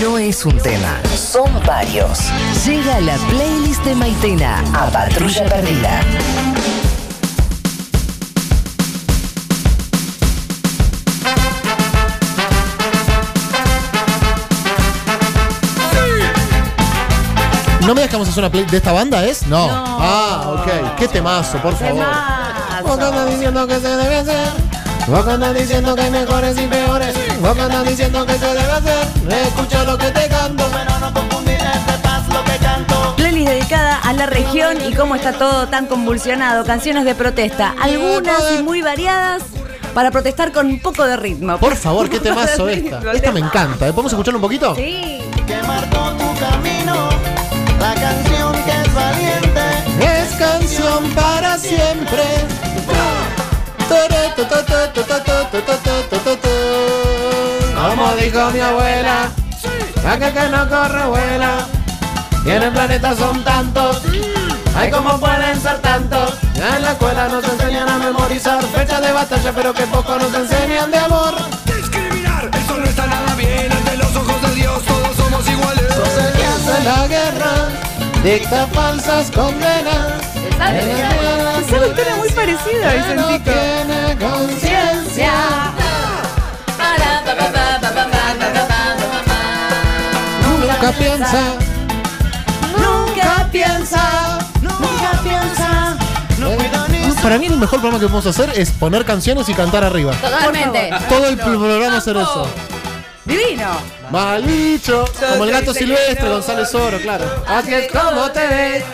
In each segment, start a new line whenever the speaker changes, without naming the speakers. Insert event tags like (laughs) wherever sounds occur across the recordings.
No es un tema, son varios. Llega la playlist de Maitena a Patrulla Perdida.
¿No me das que vamos a hacer una play de esta banda, es? No.
No.
Ah, ok. Qué temazo, por favor.
Temazo.
Vos que andás diciendo que se debe hacer. Vos que andás diciendo que hay mejores y peores. Vos que andás diciendo que se debe hacer. Escucha lo que te canto.
Playlist dedicada a la región y cómo está todo tan convulsionado. Canciones de protesta, algunas y muy variadas para protestar con un poco de ritmo.
Por favor, (laughs)
(laughs)
qué temazo
De
esta.
ritmo,
Esta me
temazo.
encanta. ¿eh? ¿Podemos escucharla un poquito?
Sí.
Es canción para siempre. Como dijo mi abuela, acá que no corre vuela. Y en el planeta son tantos, hay como pueden ser tantos. Ya en la escuela nos enseñan a memorizar fechas de batalla, pero que poco nos enseñan de amor.
Discriminar, eso no está nada bien ante los ojos de Dios, todos somos iguales.
No se piensa en la guerra, dicta falsas condenas.
Se sabe que era muy parecida,
Que no
Vicentico.
tiene conciencia. Nunca piensa,
Nunca
piensa, nunca piensa. Eh, Para mí el mejor programa que podemos hacer es poner canciones y cantar arriba.
Totalmente.
Todo el programa hacer eso.
Divino.
Malicho, como el gato silvestre, González Oro, claro. Así es como te ves.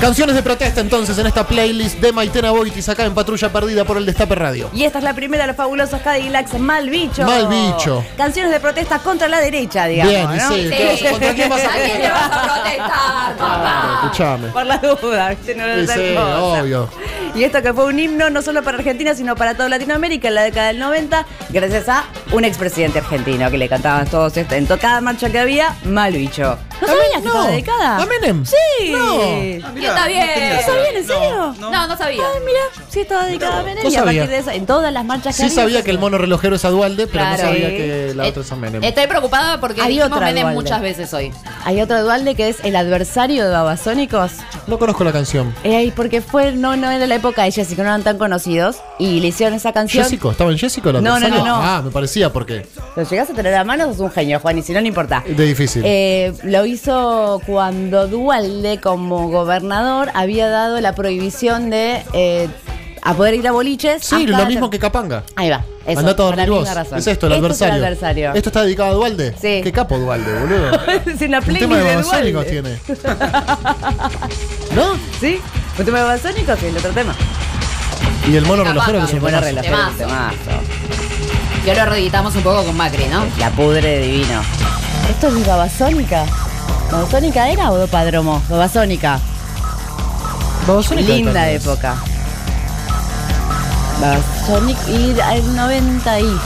Canciones de protesta entonces en esta playlist de Maitena Boitis acá en Patrulla Perdida por el Destape Radio.
Y esta es la primera de los fabulosos Cadillacs, Mal Bicho.
Mal Bicho.
Canciones de protesta contra la derecha, digamos,
Bien,
¿no?
sí.
Sí.
¿Contra quién
(laughs)
vas a
quién le vas a protestar, papá?
Escuchame.
Por la duda, ¿viste? no era
Sí,
otra
sí,
cosa.
obvio.
Y esto que fue un himno no solo para Argentina, sino para toda Latinoamérica en la década del 90, gracias a un expresidente argentino que le cantaban todos esto. En to- cada marcha que había, mal bicho. ¿No sabías que estaba dedicada?
¿A Menem?
Sí.
No.
Yo está bien.
¿No sabían, en serio?
No, no sabía.
Ay, mira, sí estaba dedicada a Menem
no
y a
sabía.
partir de eso, en todas las marchas
Sí
que había.
sabía que el mono relojero es a Dualde, pero no
Claro.
sabía que la
Eh,
otra es a Menem.
Estoy preocupada porque
Hay
dijimos
otra,
Menem
Dualde.
muchas veces hoy.
Hay otro Dualde que es el adversario de Babasónicos.
No conozco la canción.
Eh, porque fue, no, no era la época de Jessica, no eran tan conocidos. Y le hicieron esa canción.
¿Jessico? ¿Estaba en Jessico la
No, no,
adversario?
no, no.
Ah, me parecía porque.
Lo llegas a tener a mano, sos un genio, Juan, y si no, no importa.
De difícil.
Eh, lo hizo cuando Dualde, como gobernador, había dado la prohibición de eh, a poder ir a boliches.
sí,
hasta-
lo mismo que Capanga.
Ahí va. Eso,
Andá a
por la
dormir vos.
misma razón.
Es esto, el adversario.
Es el adversario.
¿Esto está dedicado a Dualde?
Sí.
Qué capo Dualde, boludo.
(laughs) es una
Un
playlist
tema de
de
babasónicos
Dualde.
tiene. ¿No?
¿Sí? ¿Un tema de Babasónicos? Sí, el otro tema.
Y el mono
Capanga,
relojero que es un
el mono
temazo.
relojero. Temazo. Y ahora reeditamos un poco con Macri, ¿no?
La pudre divino. ¿Esto es Babasónica? ¿Babasónica era o Dopadromo? Babasónica.
Babasónicos
Linda
también.
época. Babasónica y el 90 y...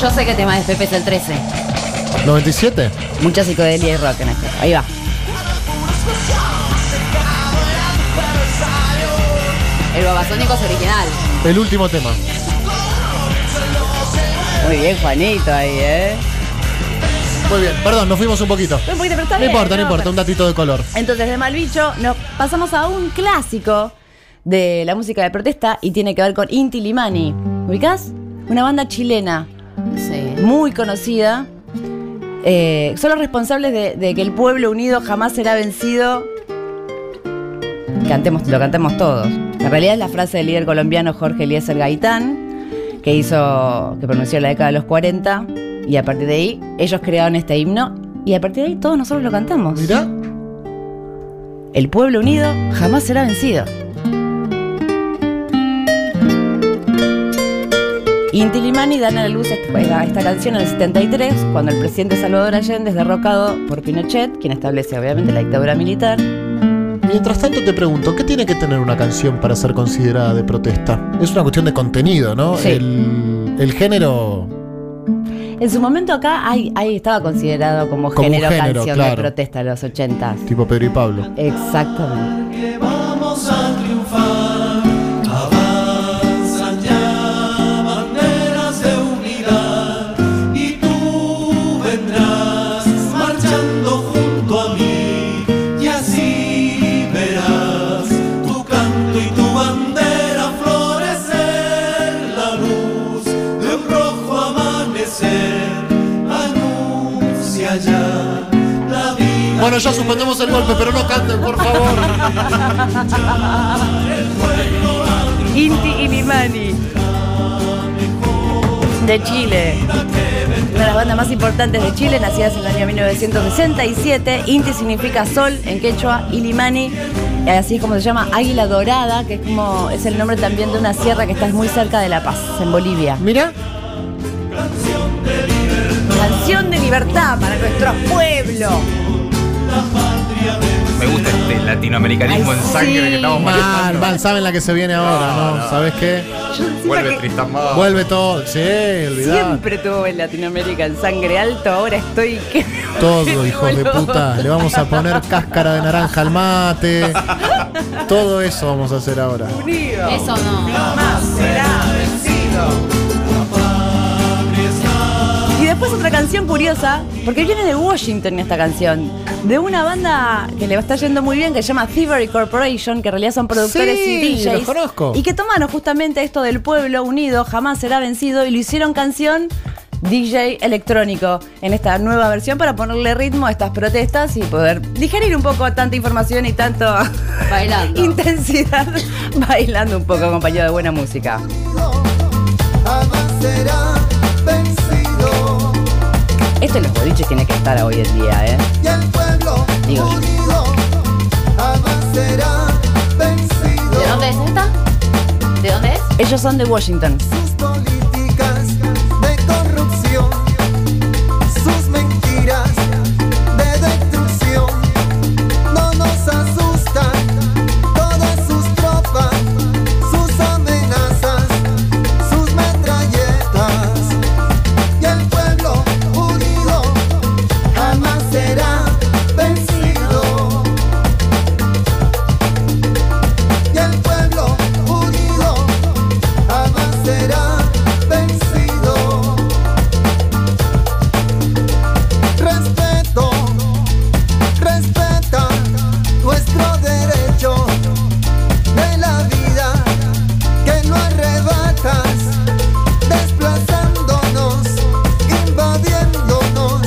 Yo sé qué tema es Pepe es el 13.
¿97?
Mucha psicodelia y rock en esto. Ahí va.
El Babasónico es original.
El último tema.
Muy bien, Juanito, ahí, ¿eh?
Muy bien, perdón, nos fuimos un poquito.
No
No importa, no importa, un datito de color.
Entonces, de mal bicho, nos pasamos a un clásico de la música de protesta y tiene que ver con Inti Limani. ¿Ubicás? Una banda chilena
Sí.
muy conocida. Eh, son los responsables de, de que el pueblo unido jamás será vencido. Cantemos, lo cantemos todos. En realidad es la frase del líder colombiano Jorge Eliezer Gaitán, que hizo, que pronunció en la década de los 40, y a partir de ahí ellos crearon este himno, y a partir de ahí todos nosotros lo cantamos.
Mirá.
El pueblo unido jamás será vencido. Inti Limani dan a la luz esta, esta canción en el 73, cuando el presidente Salvador Allende es derrocado por Pinochet, quien establece obviamente la dictadura militar.
Mientras tanto te pregunto, ¿qué tiene que tener una canción para ser considerada de protesta? Es una cuestión de contenido, ¿no?
Sí.
El, el género...
En su momento acá ahí, ahí estaba considerado como,
Como un
género,
género,
canción
claro.
de protesta de los 80.
Tipo Pedro y Pablo.
Exactamente.
Vamos a triunfar, avanzan ya, van
Bueno, ya suspendemos el golpe, pero no canten, por favor.
Inti y Mimani. De Chile. Una de las bandas más importantes de Chile, nacidas en el año 1967. Inti significa sol en quechua y Limani. Así es como se llama Águila Dorada, que es como es el nombre también de una sierra que está muy cerca de La Paz, en Bolivia.
Mira,
Canción de libertad para nuestro pueblo.
Me gusta este latinoamericanismo
Ay,
en sangre
sí.
que estamos
mal,
manejando.
mal, saben la que se viene ahora, ¿no? ¿Sabes qué?
Yo encima
Vuelve
que
Tristan Bach.
Vuelve todo, sí, olvidá.
siempre tuve en Latinoamérica el sangre alto, ahora estoy que- (laughs)
(laughs) Todo, hijos de puta. Le vamos a poner cáscara de naranja al mate. Todo eso vamos a hacer ahora.
Eso no.
Y después otra canción curiosa, porque viene de Washington esta canción, de una banda que le está yendo muy bien que se llama Thievery Corporation, que en realidad son productores y
Sí,
DJs.
los conozco.
Y que tomaron justamente esto del pueblo unido, jamás será vencido, y lo hicieron canción DJ electrónico en esta nueva versión para ponerle ritmo a estas protestas y poder digerir un poco tanta información y tanto
Bailando.
(laughs) intensidad bailando un poco acompañado de buena música.
será vencido
Esto en Este los boliches tiene que estar hoy en día, ¿eh?
y el pueblo
Digo yo.
unido jamás será vencido.
¿De dónde es esta? ¿De dónde es?
Ellos son de Washington.
Sus políticas de corrupción, sus mentiras de destrucción, no nos asustan todas sus tropas, sus amenazas, sus metralletas. Y el pueblo unido jamás será vencido. Y el pueblo unido jamás será vencido. Respeto, respeta nuestro derecho de la vida que no arrebatas desplazándonos, invadiéndonos,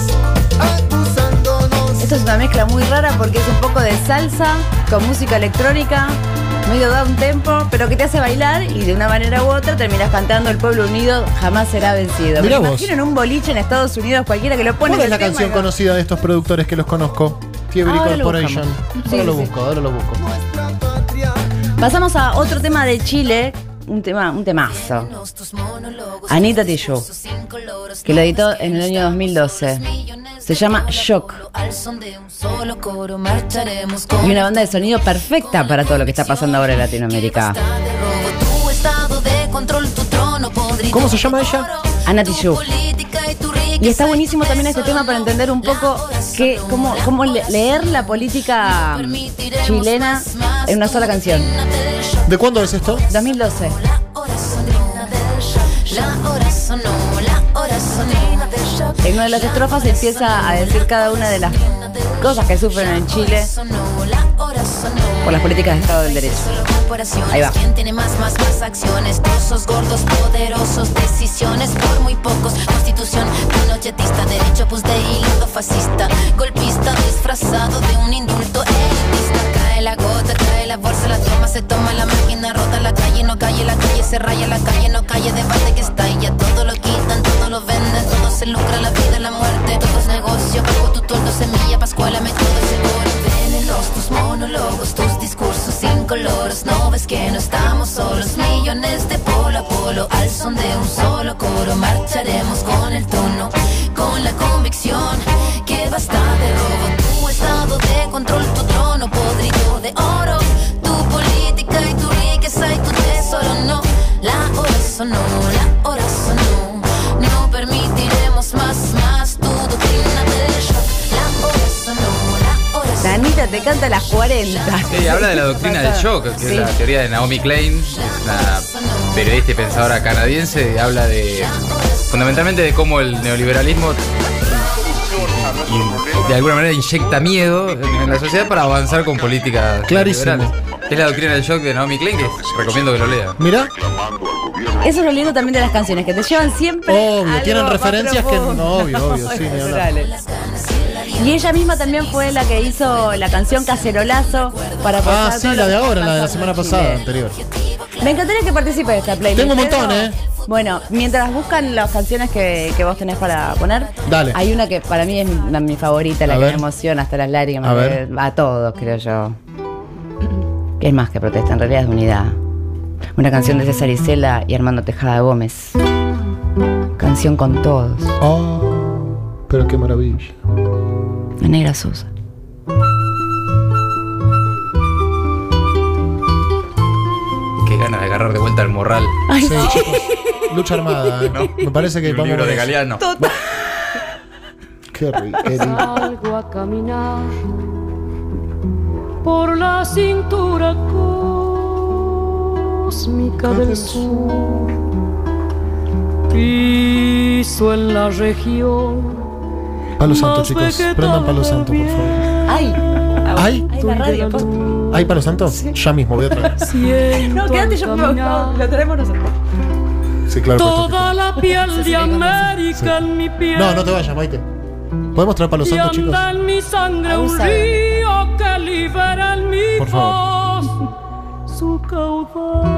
acusándonos.
Esto es una mezcla muy rara porque es un poco de salsa con música electrónica, medio da un tempo, pero que te hace bailar y de una manera u otra terminas cantando El Pueblo Unido jamás será vencido.
Mirá
Me
vos.
imagino en un boliche en Estados Unidos cualquiera que lo pone.
¿Cuál es la
ese tema
canción
y lo-
conocida de estos productores que los conozco? Thievery
Ahora lo
Corporation.
buscamos. Sí,
ahora lo
sí.
busco, ahora lo busco.
Nuestra patria.
Pasamos a otro tema de Chile, un tema, un temazo.
Anita
Oh.
Tijoux, que lo editó en el año 2012. Se llama Shock.
Y una banda de sonido perfecta para todo lo que está pasando ahora en Latinoamérica.
¿Cómo se llama ella?
Ana Tijoux. Y está buenísimo también este tema para entender un poco que, cómo, cómo le- leer la política chilena en una sola canción.
¿De cuándo es esto?
2012. En una de las estrofas empieza a decir cada una de las cosas que sufren en Chile por las políticas de Estado del Derecho. Ahí va.
¿Quién tiene más, más, más acciones? Trozos gordos, poderosos, decisiones por muy pocos. Constitución, pinochetista, derecho, pues de hilo fascista. Golpista, disfrazado de un indulto elitista. Cae la gota, cae la bolsa, la toma, se toma la máquina, rota la calle, no calle, la calle se raya, la calle no calle, debate que está y ya todo lo quitan, todo lo venden, todo se lucra, la vida, la muerte, todo es negocio, bajo tu tordo, semilla, pascuala, me todo seguro. Venenos, tus monólogos, tus discursos sin colores, no ves que no estamos solos, millones de polo a polo, al son de un solo coro, marcharemos con el tono, con la convicción que basta de robo, tu estado de control, tu trono podrido de oro, tu política y tu riqueza y tu tesoro, no, la hora sonó, la hora sonó, no permitiremos más, más tu doctrina de shock, la hora sonó, la hora sonó.
Danita te canta a las 40.
Sí, habla de la doctrina del shock, que
Sí.
es la teoría de Naomi Klein, que es una periodista y pensadora canadiense, y habla de fundamentalmente de cómo el neoliberalismo in- de alguna manera inyecta miedo en la sociedad para avanzar con políticas
Clarísimo.
neoliberales. Es la doctrina del shock de Naomi Klein, que recomiendo que lo lea.
Mira,
Eso es lo lindo también de las canciones, que te llevan siempre.
obvio,
algo
tienen
más
referencias que
profundo.
no, obvio, obvio, sí, ni hablar.
Naturales. Y ella misma también fue la que hizo la canción Cacerolazo para
Ah,
pasar
sí,
todo lo
la de
que
ahora,
está
la de la
pasando
semana
en Chile.
pasada, anterior.
Me encantaría que participes de esta playlist.
Tengo un montón,
pero-
¿eh?
Bueno, mientras buscan las canciones que, que vos tenés para poner,
Dale.
hay una que para mí es la- mi favorita, la
A
que
ver.
me emociona hasta las lágrimas.
A
que-
ver.
a todos, creo yo. Que es más que protesta, en realidad es de unidad. Una canción de César Isela y Armando Tejada Gómez. Canción con todos.
Ah, Oh, pero qué maravilla.
La negra Sosa.
Qué ganas de agarrar de vuelta el morral.
Sí, chicos. (laughs) Lucha armada, ¿eh? Me parece que
Y un
vamos
libro
a
de
eso.
Galeano.
Qué rico. qué
(laughs)
lindo.
Salgo a caminar por la cintura cósmica del sur. Piso en la región.
Palo santo, chicos. Prendan palo santo, por favor.
¡Ay!
¿Hay?
¡Ay, la radio! posta.
¿Hay palo santo? Ya mismo, voy a traer.
Siento
(laughs) No, quédate,
al
yo me
caminar
Lo traemos nosotros.
Sí, claro. perfecto.
Toda la
(laughs)
piel de América en mi piel.
No, no te vayas, Maite. ¿Podemos traer palo
Y
santo, chicos?
anda en mi sangre un
Abusa.
río que libera en mi
Por
voz su caudal.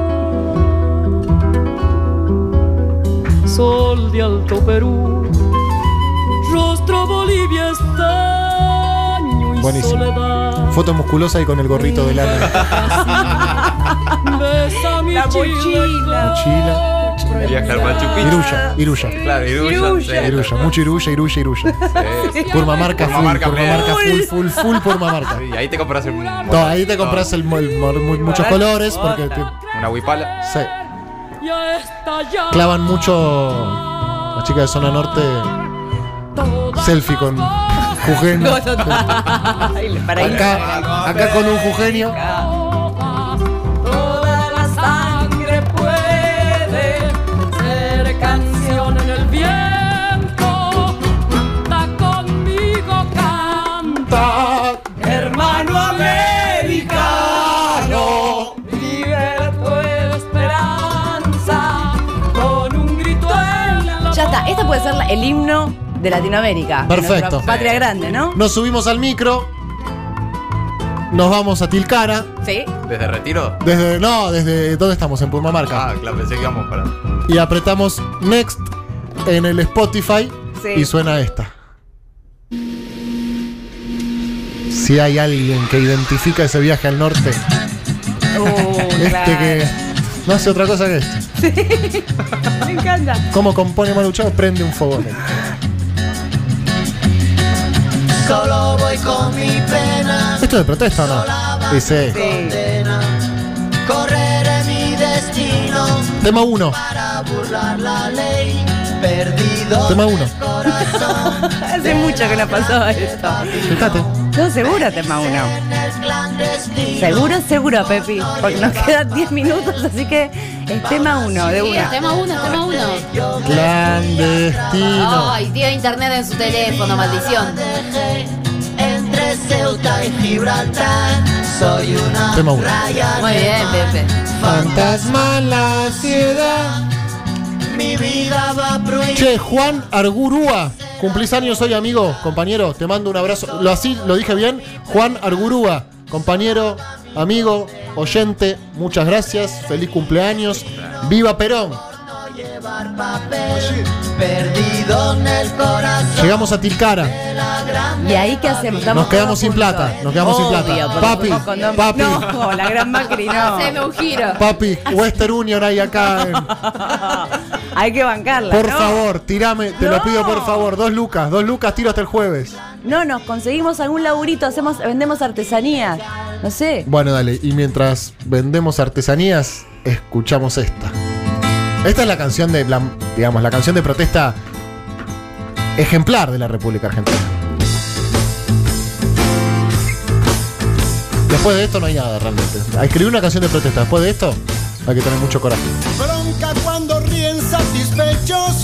Sol de Alto Perú, rostro Bolivia estaño y
Buenísimo.
soledad.
Foto musculosa y con el gorrito de lana. Ah.
Besa mi
La
Chile
mochila.
Chila.
pobre.
Viajar para Chupichu.
Iruya, Iruya.
Claro,
Iruya.
Iruya.
Iruya, mucho Iruya, Iruya, Iruya. Purmamarca full,
Purmamarca
Purmamarca full, full, full Purmamarca.
Y ahí te compras el morral.
No, ahí te compras el, mo- el mo- mu- muchos colores porque te-
Una huipala.
se
Ya está ya
clavan mucho las chicas de zona norte
toda
selfie con Jujeño.
Ay, para ir.
Acá, acá con un Jujeño.
Toda la sangre puede ser canción en el viento. Canta conmigo, canta. Hermano americano, libre tu esperanza con un grito en la
Ya está, esta puede ser la- el himno de Latinoamérica. de
Perfecto.
nuestra Patria grande, ¿no?
Nos subimos al micro. Nos vamos a Tilcara.
Sí.
¿Desde retiro?
Desde, no, desde dónde estamos, en
Ah,
Purmamarca.
claro, pensé que íbamos para.
Y apretamos Next en el Spotify
Sí.
y suena esta. Si hay alguien que identifica ese viaje al norte, (laughs) este que no hace otra cosa que esto.
Me encanta.
¿Cómo compone Maruchao? Prende un fogón.
Solo voy con mi pena,
¿Esto de protesta o no? Dice.
condena. Correré mi destino
Tema 1.
para burlar la ley. Perdido
Tema uno.
el corazón
(laughs)
Hace mucho que no pasaba esto.
Fíjate.
No, seguro tema uno.
en el clandestino.
Seguro, seguro, Pepi. Porque nos quedan 10 minutos, así que es tema uno, de
Sí, el
una.
tema uno, el tema uno.
Clandestino.
Ay, tiene internet en su teléfono, maldición.
Dejé Entre Ceuta y Gibraltar, soy
Ah.
una
Tema uno.
raya
Muy bien, Pepe.
Fantasma la ciudad.
Mi vida va prohibida.
Che, Juan Argurúa. Cumplís años hoy, amigo, compañero. Te mando un abrazo. Lo así, lo dije bien. Juan Argurúa, compañero, amigo, oyente. Muchas gracias. Feliz cumpleaños. Viva Perón.
Llevar papel perdido en el corazón.
Llegamos a Tilcara.
¿Y ahí qué hacemos?
Nos quedamos sin plata. Nos quedamos sin plata. Papi, papi.
No, la gran Macri,
Haceme
no.
un giro.
Papi, Western Union hay acá. en-
(laughs) Hay que bancarla.
Por
¿no?
favor, tirame, te lo
No.
pido por favor. Dos lucas, dos lucas, tiro hasta el jueves.
No, nos conseguimos algún laburito, hacemos, vendemos artesanías. No sé.
Bueno, dale, y mientras vendemos artesanías, escuchamos esta. Esta es la canción de, la- digamos, la canción de protesta ejemplar de la República Argentina. Después de esto no hay nada realmente. A escribir una canción de protesta después de esto hay que tener mucho coraje.
bronca cuando ríen satisfechos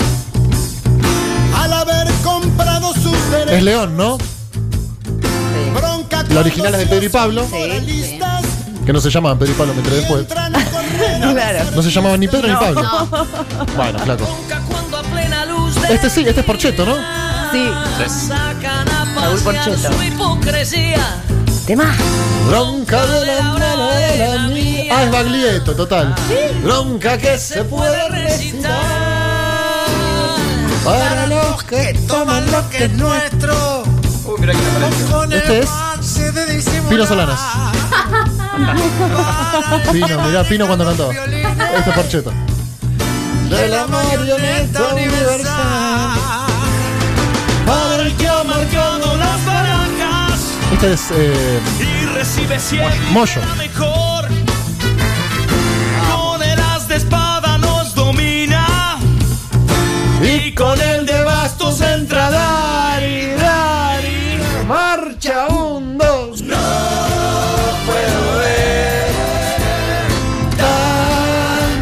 al haber comprado sus
Es
derechos.
León, ¿no?
Bronca
La
cuando
original es de Pedro y Pablo,
Listas
que no se llamaban Pedro y Pablo, me enteré después.
entran a
(laughs)
correr
Claro.
No se llamaban ni Pedro ni Pablo. Bueno, flaco. Este sí, este es Porcheto, ¿no?
Sí.
Sí.
sacan a
Raúl Porchetto.
hipocresía.
Tema.
Bronca de la mala de la mía. Ah, es Baglietto, total. Bronca que se puede recitar. Para los que toman lo que es nuestro.
Uy, mira Uh, que
Con el
apareció.
parche de disimular. Pino (laughs) Solanas. Pino, mirá, Pino cuando cantaba. Este es Porchetto.
De la marioneta universal. Para el que ha marcado las barajas
Este es eh,
y recibe siempre
Moyo.
la mejor. Con el as de espada nos domina y con el de bastos entra a dar y dar y marcha un dos. No puedo ver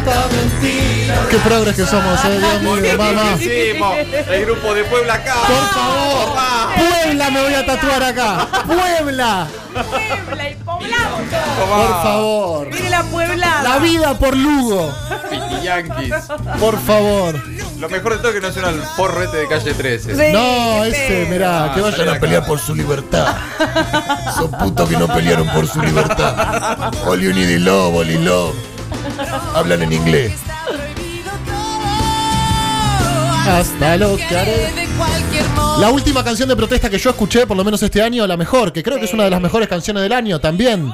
tanta mentira.
Qué progres que somos, eh, Dios mío, mamá.
Buenísimo. El grupo de Puebla acá.
Por favor. Puebla me voy a tatuar acá. Puebla.
Puebla y poblado.
Por favor.
Viene la puebla.
Ah. La vida por Lugo.
Piti Yankees.
Por favor.
Lo mejor de todo es que no suena el porrete de calle 13.
No, ese, mirá, que vayan a pelear.
por su libertad. Son putos que no pelearon por su libertad. All you need is love, all is love. Hablan en inglés.
Hasta lo que haré. La última canción de protesta que yo escuché, por lo menos este año, la mejor, que creo que es una de las mejores canciones del año también.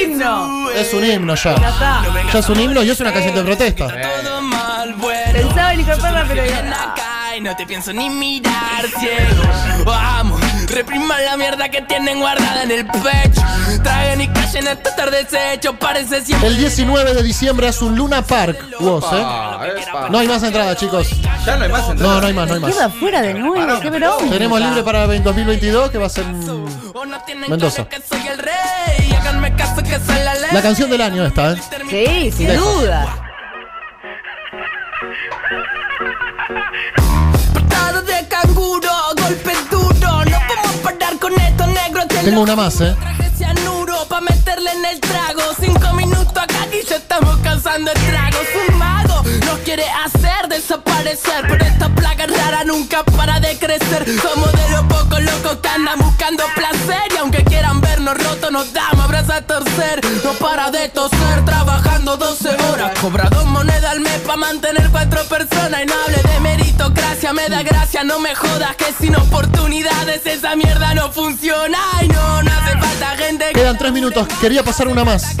Himno.
Es un himno ya.
Ya está.
Ya es un himno y es una canción de protesta.
Pensaba en incorporarla, pero ya está.
Ay, no te pienso ni mirar ciego. Vamos, repriman la mierda que tienen guardada en el pecho. Traguen y callen hasta estar deshecho. Parece siempre.
El 19 de diciembre es un Luna Park. Vos,
Epa,
eh.
epa.
No hay más entradas, chicos.
Ya no hay más entradas.
No, no hay más, no hay más.
Queda afuera de nuevo, qué bronca.
Tenemos libre para 2022 que va a ser en Mendoza.
Háganme caso que soy la ley.
La canción del año esta, ¿eh?
Sí, sin
Lejos.
duda.
Patada de canguro, golpe duro. No podemos parar con esto, negro. Te
Tengo una más, ¿eh?
traje cianuro pa' meterle en el trago. Cinco minutos acá y ya estamos cansando el trago. Es un mago, nos quiere hacer desaparecer. Pero esta plaga rara nunca para de crecer. Somos de los pocos locos que andan buscando placer. Y aunque quieran vernos rotos, nos damos abrazos a torcer. No para de toser, trabajando 12 horas. Cobra dos monedas al mes pa' mantener cuatro personas. Y no hable de meritocracia, me da gracia, no me jodas. Que sin oportunidades esa mierda no funciona. Y no, no hace falta gente que
Quedan tres minutos, quería pasar una más.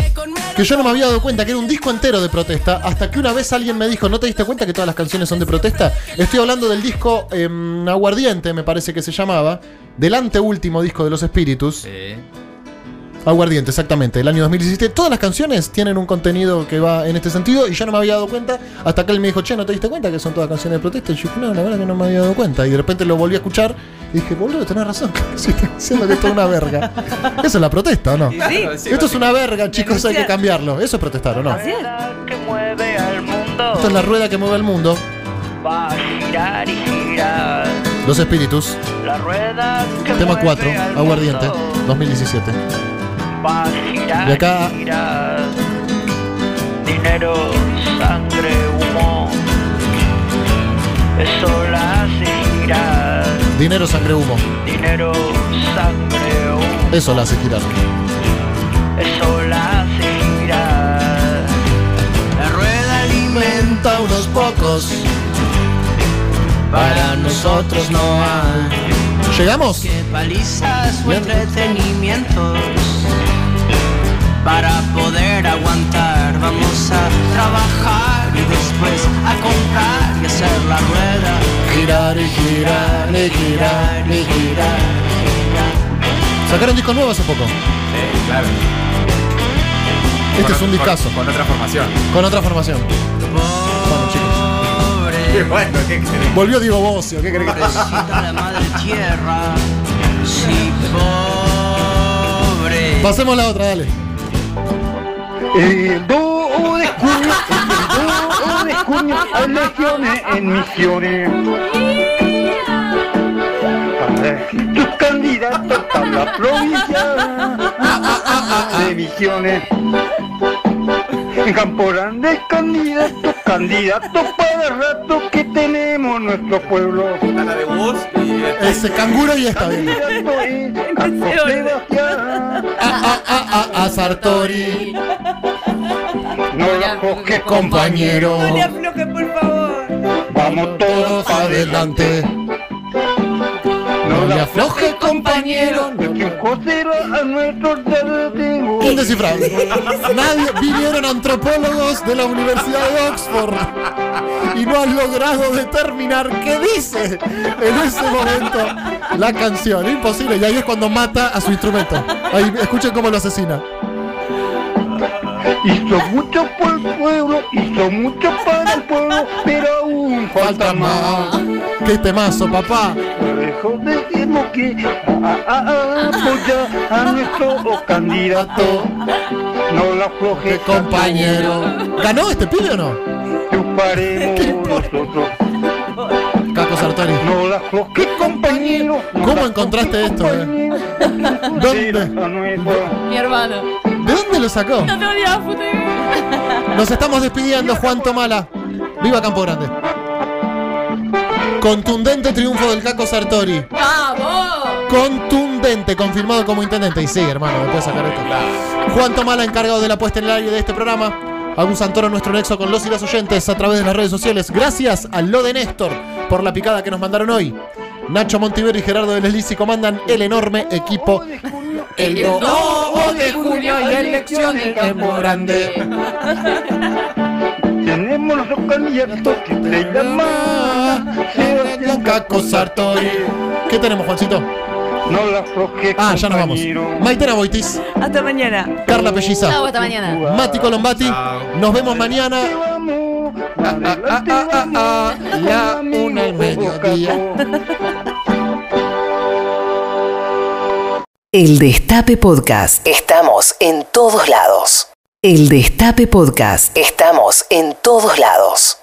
Que yo no me había dado cuenta que era un disco entero de protesta, hasta que una vez alguien me dijo, ¿no te diste cuenta que todas las canciones son de protesta? Estoy hablando del disco em, Aguardiente, me parece que se llamaba, del anteúltimo disco de Los Espíritus. Aguardiente, exactamente, del año 2017. Todas las canciones tienen un contenido que va en este sentido y yo no me había dado cuenta hasta que él me dijo, che, ¿no te diste cuenta que son todas canciones de protesta? Y yo, no, la verdad que no me había dado cuenta. Y de repente lo volví a escuchar y dije, boludo, tenés razón, (laughs) si estás diciendo que esto es una verga. Eso es la protesta, ¿o no?
Sí, claro, sí,
esto es una verga, chicos, hay que cambiarlo. Eso es protestar, ¿o no?
Así es.
Esto es la rueda que mueve el mundo.
Va a girar y girar.
Los espíritus.
La rueda que
Tema
mueve
4,
al
Aguardiente,
mundo. Ah,
2017.
Va a girar
Y acá-
girar. Dinero, sangre, humo. Eso la hace girar.
Dinero, sangre, humo.
Dinero, sangre, humo.
Eso la hace girar.
Eso la hace girar.
La rueda alimenta a unos pocos. Para nosotros no hay.
¿Llegamos?
Que palizas o
Bien.
entretenimientos. Para poder aguantar, vamos a trabajar y después a comprar y hacer la rueda.
Girar y girar y girar y girar. Sacaron disco nuevo hace poco.
Sí, claro.
Este
Con
es un
otro-
discazo.
Con, con otra formación. (laughs)
Con otra formación. Bueno, chicos.
Qué bueno, qué querés.
Volvió Diego Bocio, ¿qué crees que te diga?
Pobrecita la madre tierra, sí, pobre.
Pasemos la otra, dale.
El 2 de junio, el 2 de junio, en misiones, en misiones. Para Tus candidatos para la provincia de misiones.
Son camporandes candidatos, candidatos para el rato que tenemos nuestro pueblo. La de vos
este.
Ese canguro ya está bien. Ah, ah, ah, ah, Sartori.
No la coges,
compañero.
No le Vamos todos para adelante. No la aflojes, compañero. No que un cosero a nuestro dedo
Un descifrado. Nadie vinieron antropólogos de la Universidad de Oxford y no han logrado determinar qué dice en ese momento la canción. Imposible. Y ahí es cuando mata a su instrumento. Ahí escuchen cómo lo asesina.
Hizo mucho por el pueblo, hizo mucho para el pueblo, pero aún falta más.
Qué temazo, papá.
No dejó de decirnos que a- a- a- apoya a nuestro candidato. No la afloje,
compañero. ¿Ganó este pibe o no?
Chuparemos nosotros.
Caco Sartori.
No la afloje, compañero.
¿Cómo encontraste esto? eh? (laughs) ¿Dónde?
Mi hermano.
¿De dónde lo sacó?
No te olvidas, puta.
Nos estamos despidiendo, Juan Tomala. Viva Campo Grande. Contundente triunfo del Caco Sartori.
¡Vamos!
Contundente, confirmado como intendente. Y sí, hermano, después sacar esto. Juan Tomala, encargado de la puesta en el aire de este programa. Agus Santoro, nuestro nexo con los y las oyentes a través de las redes sociales. Gracias a Lo de Néstor por la picada que nos mandaron hoy. Nacho Montivero y Gerardo de Lisi comandan el enorme equipo. El
Novo de junio y elección en Campo Grande. Tenemos los candidatos que se llaman Sebastián
Caco Sartori. ¿Qué tenemos, Juancito?
No la afloje,
Ah, ya nos vamos. Maitena Boitis,
Hasta mañana.
Carla Pelliza.
Chau, hasta mañana.
Mati Colombati. Nos vemos mañana.
Ah,
A la una y mediodía.
El Destape Podcast. Estamos en todos lados. El Destape Podcast. Estamos en todos lados.